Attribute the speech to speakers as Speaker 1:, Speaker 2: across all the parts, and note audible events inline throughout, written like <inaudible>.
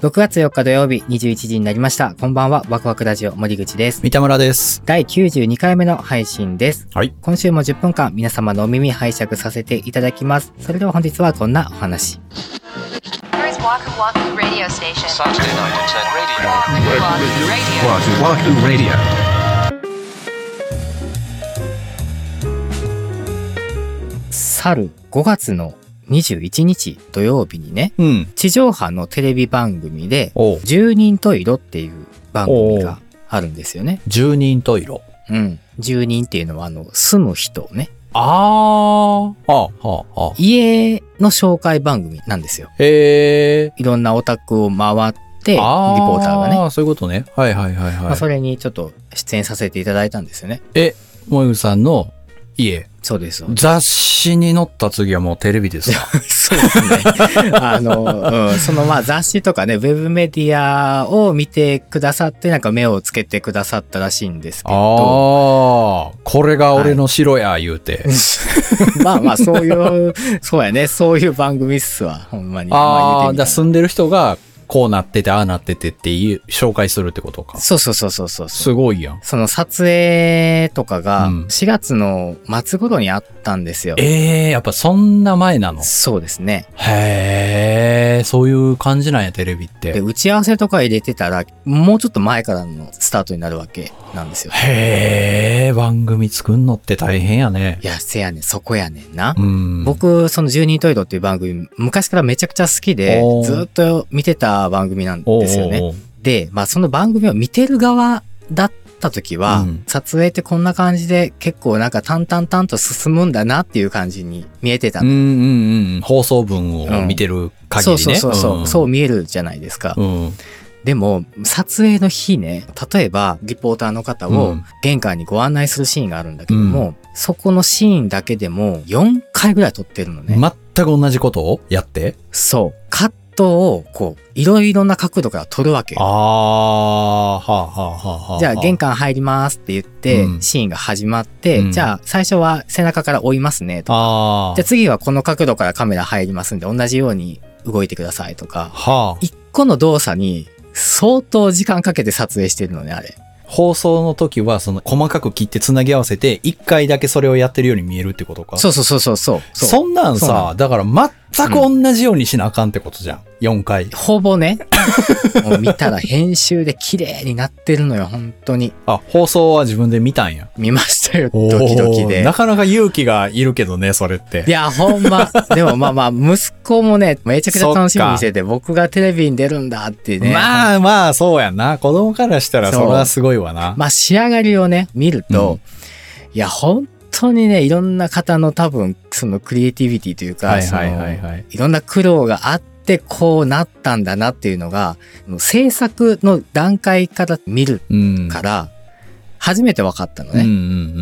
Speaker 1: 6月4日土曜日21時になりました。こんばんは、ワクワクラジオ森口です。
Speaker 2: 三田村です。
Speaker 1: 第92回目の配信です。
Speaker 2: はい。
Speaker 1: 今週も10分間皆様のお耳拝借させていただきます。それでは本日はこんなお話。
Speaker 3: Here is Waku Waku Radio Station.
Speaker 4: Saturday night at radio.
Speaker 3: Waku
Speaker 4: Wahoo
Speaker 3: Waku Radio.
Speaker 4: Wahoo Radio.
Speaker 1: 去る5月の21日土曜日にね、
Speaker 2: うん。
Speaker 1: 地上波のテレビ番組で、
Speaker 2: おう。
Speaker 1: 十人十色っていう番組があるんですよね。
Speaker 2: 十人十色。
Speaker 1: うん。十人っていうのは、あの、住む人ね。
Speaker 2: ああ。はあ、はあ、はあ。
Speaker 1: 家の紹介番組なんですよ。
Speaker 2: へえ。
Speaker 1: いろんなお宅を回って、リポ
Speaker 2: あー
Speaker 1: ーターがね。
Speaker 2: そういうことね。はいはいはい
Speaker 1: ま
Speaker 2: は
Speaker 1: あ、
Speaker 2: い。
Speaker 1: それにちょっと出演させていただいたんですよね。
Speaker 2: え、萌ぐさんの家。
Speaker 1: そう
Speaker 2: <laughs>
Speaker 1: です。
Speaker 2: 雑誌に載った次はもうテレビ <laughs> ですか。
Speaker 1: そうですね。 <laughs> あの、うんそのまあ雑誌とかね、ウェブメディアを見てくださって、なんか目をつけてくださったらしいんですけ
Speaker 2: ああ
Speaker 1: ど。
Speaker 2: ー。これが俺の城や、言うて。
Speaker 1: <laughs> まあまあ、そういう、そうやね、そういう番組っすわ、ほんまに。ま
Speaker 2: あ
Speaker 1: 言うてみ
Speaker 2: あ、じ
Speaker 1: た
Speaker 2: ゃ
Speaker 1: ら
Speaker 2: あ住んでる人が、こうなってて、ああなっててっていう、紹介するってことか。
Speaker 1: そうそうそうそうそうそう。
Speaker 2: すごいやん。
Speaker 1: その撮影とかが
Speaker 2: うん
Speaker 1: 4月の末頃にあったんですよ。
Speaker 2: ええやっぱそんな前なの
Speaker 1: そうですね。
Speaker 2: へえ、そういう感じなんや、テレビっ
Speaker 1: で、
Speaker 2: て。
Speaker 1: 打ち合わせとか入れてたら、もうちょっと前からのスタートになるわけなんですよ。
Speaker 2: へえ、番組作んのって大変やね
Speaker 1: い。や、せやねん、そこやねんな
Speaker 2: う。ん。
Speaker 1: 僕、その十人十色っていう番組、昔からめちゃくちゃ好きで
Speaker 2: お、ー
Speaker 1: ずっと見てた番組なん
Speaker 2: おうおうおう、
Speaker 1: ですよね。で、まあその番組を見てる側だった時は、
Speaker 2: うん
Speaker 1: 撮影ってこんな感じで結構なんか淡々淡と進むんだなっていう感じに見えてた
Speaker 2: うんうんうん。放送文を見てる限
Speaker 1: そう
Speaker 2: り
Speaker 1: そ
Speaker 2: ね。
Speaker 1: うそうそう、
Speaker 2: ん
Speaker 1: そう見えるじゃないですか、
Speaker 2: うん。
Speaker 1: でも撮影の日ね例えばリポーターの方
Speaker 2: う
Speaker 1: を
Speaker 2: ん
Speaker 1: 玄関にご案内するシーンがあるんだけども、そこのシーンだけでも4回ぐらい撮ってるのね、
Speaker 2: 全く同じことをやって。
Speaker 1: そうカットをこういろいろな角度から撮るわけ
Speaker 2: あー、はあ、はあ、はあはあ。
Speaker 1: じゃあ玄関入りますって言って、
Speaker 2: うん
Speaker 1: シーンが始まって、
Speaker 2: うん
Speaker 1: じゃあ最初は背中から追いますねとか
Speaker 2: あ
Speaker 1: じゃ
Speaker 2: ー
Speaker 1: あ。次はこの角度からカメラ入りますんで同じように動いてくださいとか
Speaker 2: はあ。
Speaker 1: 一個の動作に相当時間かけて撮影してるのね、あれ。
Speaker 2: 放送の時は、その、細かく切って繋ぎ合わせて、一回だけそれをやってるように見えるってことか。
Speaker 1: そうそうそうそうそう。
Speaker 2: そ
Speaker 1: そうん
Speaker 2: なん
Speaker 1: そうな
Speaker 2: さ、だから全く同じようにしなあかんってことじゃん。4回。
Speaker 1: ほぼね、もう見たら編集で綺麗になってるのよ、本当に。
Speaker 2: あ、放送は自分で見たんや。
Speaker 1: 見ましたよ、ドキドキ
Speaker 2: <laughs> おー
Speaker 1: で
Speaker 2: な。かなか勇気がいるけどね、それって。
Speaker 1: いや、ほん
Speaker 2: <laughs>
Speaker 1: ま。でもまあまあ、息子もね、めちゃくちゃ楽しみにしてて、僕がテレビに出るんだってね。あ、
Speaker 2: まあまあ、そうやんな。子供からしたら
Speaker 1: そう
Speaker 2: それはすごいわな。
Speaker 1: まあ仕上がりをね、見ると、いや、本当にね、いろんな方の多分、そのクリエイティビティというか、
Speaker 2: はいはいはい
Speaker 1: その
Speaker 2: はい。
Speaker 1: いろんな苦労があってこうなったんだなっていうのがもう制作の段階から見る
Speaker 2: うん。
Speaker 1: から初めて分かったの
Speaker 2: うんう
Speaker 1: ね。
Speaker 2: んう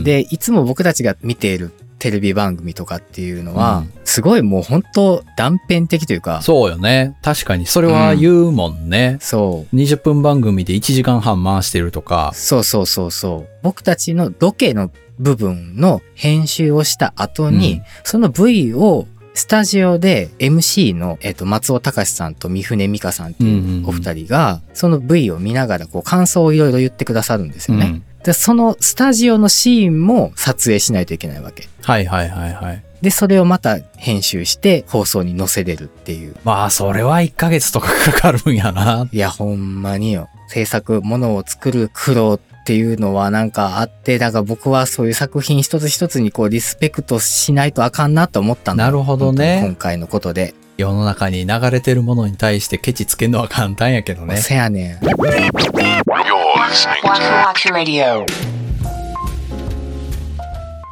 Speaker 2: ん。、
Speaker 1: でいつも僕たちが見ているテレビ番組とかっていうのは、
Speaker 2: うん
Speaker 1: すごいもう本当断片的というか
Speaker 2: そうよね。確かに、それは言うもんね。
Speaker 1: そう
Speaker 2: 20分番組で1時間半回してるとか。
Speaker 1: そうそうそうそう僕たちのロケの部分の編集をした後に、
Speaker 2: うん
Speaker 1: その V をスタジオで MC の、えっと松尾隆さんと三船美香さんって
Speaker 2: うんうん
Speaker 1: いううんお二人がその V を見ながらこう感想をいろいろ言ってくださるんですよね。
Speaker 2: うん
Speaker 1: でそのスタジオのシーンも撮影しないといけないわけ。
Speaker 2: はいはいはいはい。
Speaker 1: でそれをまた編集して放送に載せれるっていう。
Speaker 2: まあ、それは1ヶ月とかかかるんやな。
Speaker 1: いやほんまによ制作ものを作る苦労っていうのはなんかあってだから僕はそういう作品一つ一つにこうリスペクトしないとあかんなと思ったんだ
Speaker 2: なるほどね
Speaker 1: 今回のことで、
Speaker 2: 世の中に流れてるものに対してケチつけるのは簡単やけどね。
Speaker 1: せやねん
Speaker 3: Waku Waku Radio.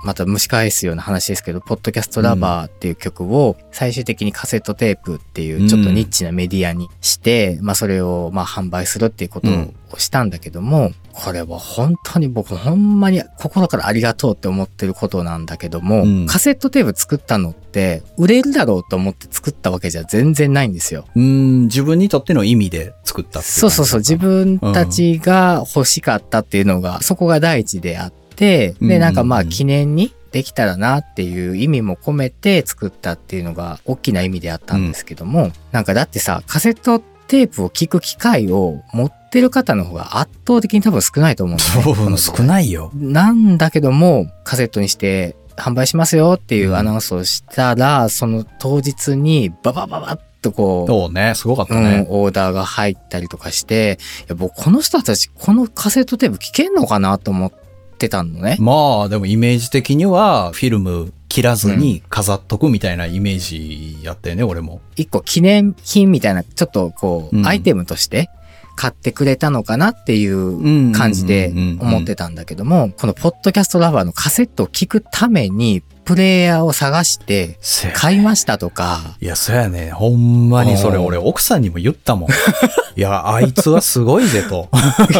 Speaker 1: また蒸し返すような話ですけど「ポッドキャストラバー」っていう曲を最終的にカセットテープっていうちょっとニッチなメディアにして、まあ、それをまあ販売するっていうこと
Speaker 2: うん
Speaker 1: をしたんだけども、これは本当に僕ほんまに心からありがとうって思ってることなんだけども、
Speaker 2: うん
Speaker 1: カセットテープ作ったのって売れるだろうと思って作ったわけじゃ全然ないんですよ。
Speaker 2: うーん、自分にとっての意味で作ったってい
Speaker 1: そうそうそう自分たちが欲しかったっていうのが、そこが第一であって
Speaker 2: うんうんう
Speaker 1: で
Speaker 2: ん
Speaker 1: なんかまあ記念にできたらなっていう意味も込めて作ったっていうのが大きな意味であったんですけども、なんかだってさカセットテープを聞く機会を持ってる方の方が圧倒的に多分少ないと思うんです
Speaker 2: 多分少ないよ。
Speaker 1: なんだけども、カセットにして販売しますよっていうアナウンスをしたら、その当日にババババッとこ
Speaker 2: そうね、すごかっ
Speaker 1: う、
Speaker 2: たね。
Speaker 1: うん、オーダーが入ったりとかして、いや僕この人たちこのカセットテープ聞けんのかなと思ってたのね。
Speaker 2: まあ、でもイメージ的には、フィルム切らずに飾っとくみたいなイメージやったよね、俺も。
Speaker 1: 一個記念品みたいな、ちょっとこう、
Speaker 2: うん
Speaker 1: アイテムとして買ってくれたのかなっていう感じで
Speaker 2: うんうんうんうん
Speaker 1: 思ってたんだけども、このポッドキャストラバーのカセットを聞くために、プレイヤーを探して、
Speaker 2: せや
Speaker 1: 買いましたとか、
Speaker 2: いや、そやね。ほんまにそれ、
Speaker 1: うん
Speaker 2: 俺、奥さんにも言っ
Speaker 1: <laughs>
Speaker 2: たもん。いや、あいつはすごいぜと。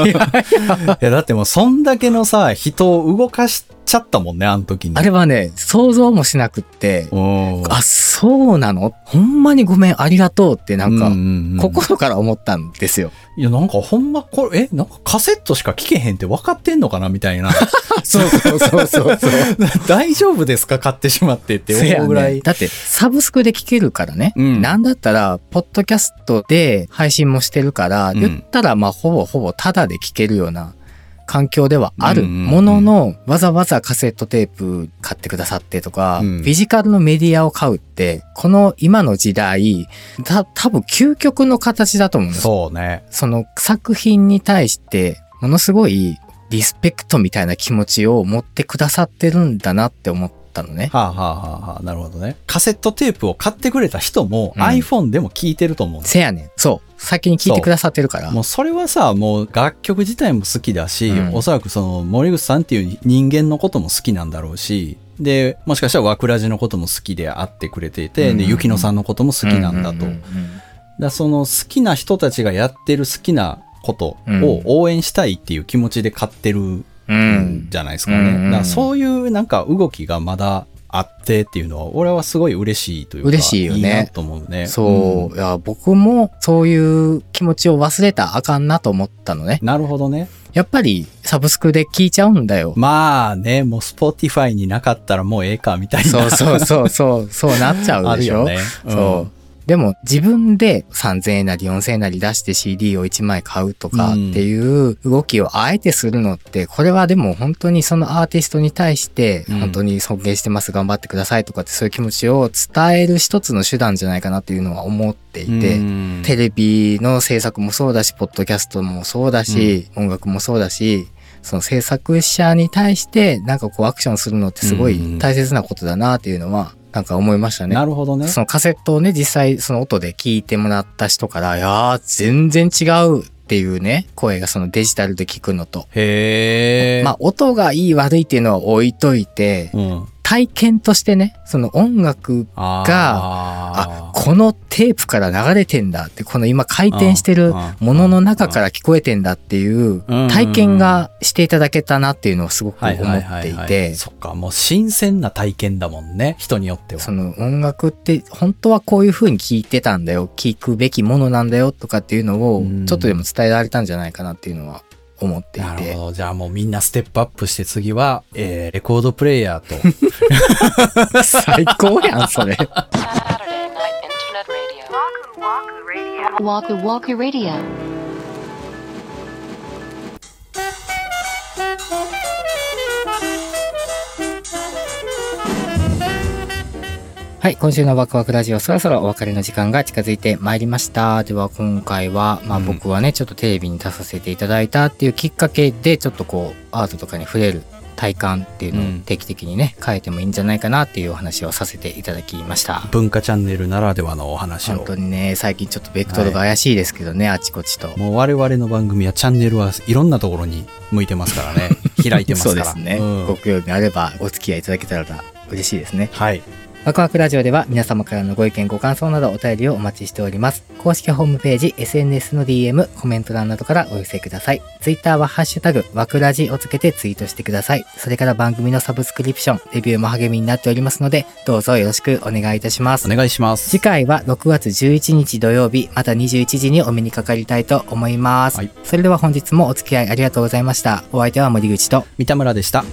Speaker 2: いや、だってもう、そんだけのさ、人を動かしちゃったもんね、あの時に。
Speaker 1: あれはね、想像もしなくって、
Speaker 2: うん。
Speaker 1: あ、そうなのほんまにごめん、ありがとうってなんか、
Speaker 2: ん
Speaker 1: 心から思ったんですよ。
Speaker 2: いや、なんかほんま、これ、え、なんかカセットしか聞けへんって分かってんのかなみたいな。
Speaker 1: そうそうそう
Speaker 2: <laughs>
Speaker 1: そうそう。
Speaker 2: 大丈夫ですか買ってしまってって
Speaker 1: せや
Speaker 2: 思うぐらい。
Speaker 1: ね、だって、サブスクで聞けるからね。
Speaker 2: うん
Speaker 1: なんだったら、ポッドキャストで配信もしてるから、
Speaker 2: うん
Speaker 1: 言ったら、まあ、ほぼほぼタダで聞けるような環境ではある
Speaker 2: うんうんうん
Speaker 1: ものの、わざわざカセットテープ買ってくださってとか、
Speaker 2: うん
Speaker 1: フィジカルのメディアを買うって、この今の時代、た、多分究極の形だと思うんですよ
Speaker 2: そうね。
Speaker 1: その作品に対してものすごいリスペクトみたいな気持ちを持ってくださってるんだなって思ったのね。
Speaker 2: はあ、はあはあはあ、なるほどね。カセットテープを買ってくれた人も、
Speaker 1: うん
Speaker 2: iPhone でも聞いてると思うんです
Speaker 1: せやねん。そう。先に聞いてくださってるから。
Speaker 2: もうそれはさ、もう楽曲自体も好きだし、
Speaker 1: うん
Speaker 2: おそらくその森口さんっていう人間のことも好きなんだろうし、で、もしかしたら和倉寺のことも好きで会ってくれていて、
Speaker 1: うん
Speaker 2: で、雪乃さんのことも好きなんだ
Speaker 1: う
Speaker 2: と。
Speaker 1: う
Speaker 2: だ
Speaker 1: ん
Speaker 2: か。らその好きな人たちがやってる好きなことを応援したいっていう気持ちで買ってる
Speaker 1: うんうん。
Speaker 2: じゃないですかね。
Speaker 1: うん
Speaker 2: だからそういうなんか動きがまだあってっていうのは、俺はすごい嬉しいというか、
Speaker 1: 嬉しいよね
Speaker 2: なと思うね。
Speaker 1: そう、
Speaker 2: ん
Speaker 1: いや、僕もそういう気持ちを忘れたらあかんなと思ったのね。
Speaker 2: なるほどね。
Speaker 1: やっぱりサブスクで聞いちゃうんだよ。
Speaker 2: <laughs> まあね、もう Spotify になかったらもうええかみたいな。
Speaker 1: そうそうそうそう、そうなっちゃう
Speaker 2: あ
Speaker 1: で
Speaker 2: る
Speaker 1: し
Speaker 2: よ
Speaker 1: ょ。
Speaker 2: ね。
Speaker 1: そう。でも自分で3000円なり4000円なり出して CD を1枚買うとかっていう動きをあえてするのって、これはでも本当にそのアーティストに対して、
Speaker 2: うん
Speaker 1: 本当に尊敬してます、頑張ってくださいとかってそういう気持ちを伝える一つの手段じゃないかなっていうのは思っていて、
Speaker 2: うん
Speaker 1: テレビの制作もそうだし、ポッドキャストもそうだし、音楽もそうだし、その制作者に対してなんかこうアクションするのってすごい大切なことだなっていうのは、なんか思いましたね
Speaker 2: な。るほどね。
Speaker 1: そのカセットをね、実際その音で聞いてもらった人から、いやー、全然違うっていうね、声がそのデジタルで聞くのと。
Speaker 2: へえ。
Speaker 1: まあ、音がいい悪いっていうのは置いといて、
Speaker 2: うん。
Speaker 1: 体験としてね、その音楽、
Speaker 2: あ
Speaker 1: あ、このテープから流れてんだって、この今回転してる
Speaker 2: ああ
Speaker 1: ものの中から聞こえてんだっていう
Speaker 2: うん
Speaker 1: 体験がしていただけたなっていうのをすごく思
Speaker 2: はいはい
Speaker 1: っ
Speaker 2: は
Speaker 1: て
Speaker 2: い
Speaker 1: い
Speaker 2: はい
Speaker 1: て、
Speaker 2: そっか、もう新鮮な体験だもんね。人によっては。
Speaker 1: その音楽って本当はこういう風に聞いてたんだよ聞くべきものなんだよとかっていうのを
Speaker 2: うん
Speaker 1: ちょっとでも伝えられたんじゃないかなっていうのは思ってい
Speaker 2: なる
Speaker 1: て
Speaker 2: ほど。じゃあもうみんなステップアップして次は、えー、レコードプレイヤーと。
Speaker 1: 最高やんそれ
Speaker 3: Saturday night internet radio. Waku Waku Radio. Waku Waku Radio.
Speaker 1: <laughs> はい今週のワクワクラジオそろそろお別れの時間が近づいてまいりましたでは今回はまあ
Speaker 2: うん
Speaker 1: 僕はねちょっとテレビに出させていただいたっていうきっかけでちょっとこうアートとかに触れる体感っていう
Speaker 2: う
Speaker 1: のを
Speaker 2: ん
Speaker 1: 定期的にね変えてもいいんじゃないかなっていうお話をさせていただきました
Speaker 2: 文化チャンネルならではのお話
Speaker 1: 本
Speaker 2: を
Speaker 1: 当。にね最近ちょっとベクトルが怪しいですけどね、あちこちと。
Speaker 2: もう我々の番組はチャンネルはいろんなところに向いてますから
Speaker 1: <laughs>
Speaker 2: ね。開いてます
Speaker 1: そう
Speaker 2: か
Speaker 1: で
Speaker 2: ら。
Speaker 1: すね、
Speaker 2: うん
Speaker 1: ご興味あればお付き合いいただけたら嬉しいですね
Speaker 2: はい。
Speaker 1: ワクワクラジオでは皆様からのご意見ご感想などお便りをお待ちしております公式ホームページ SNS の DM コメント欄などからお寄せください Twitter は「ハッシュタグワクラジ」をつけてツイートしてくださいそれから番組のサブスクリプションレビューも励みになっておりますのでどうぞよろしくお願いいたします
Speaker 2: お願いします。
Speaker 1: 次回は6月11日土曜日また21時にお目にかかりたいと思います、
Speaker 2: はい
Speaker 1: それでは本日もお付き合いありがとうございましたお相手は森口と
Speaker 2: 三田村でした。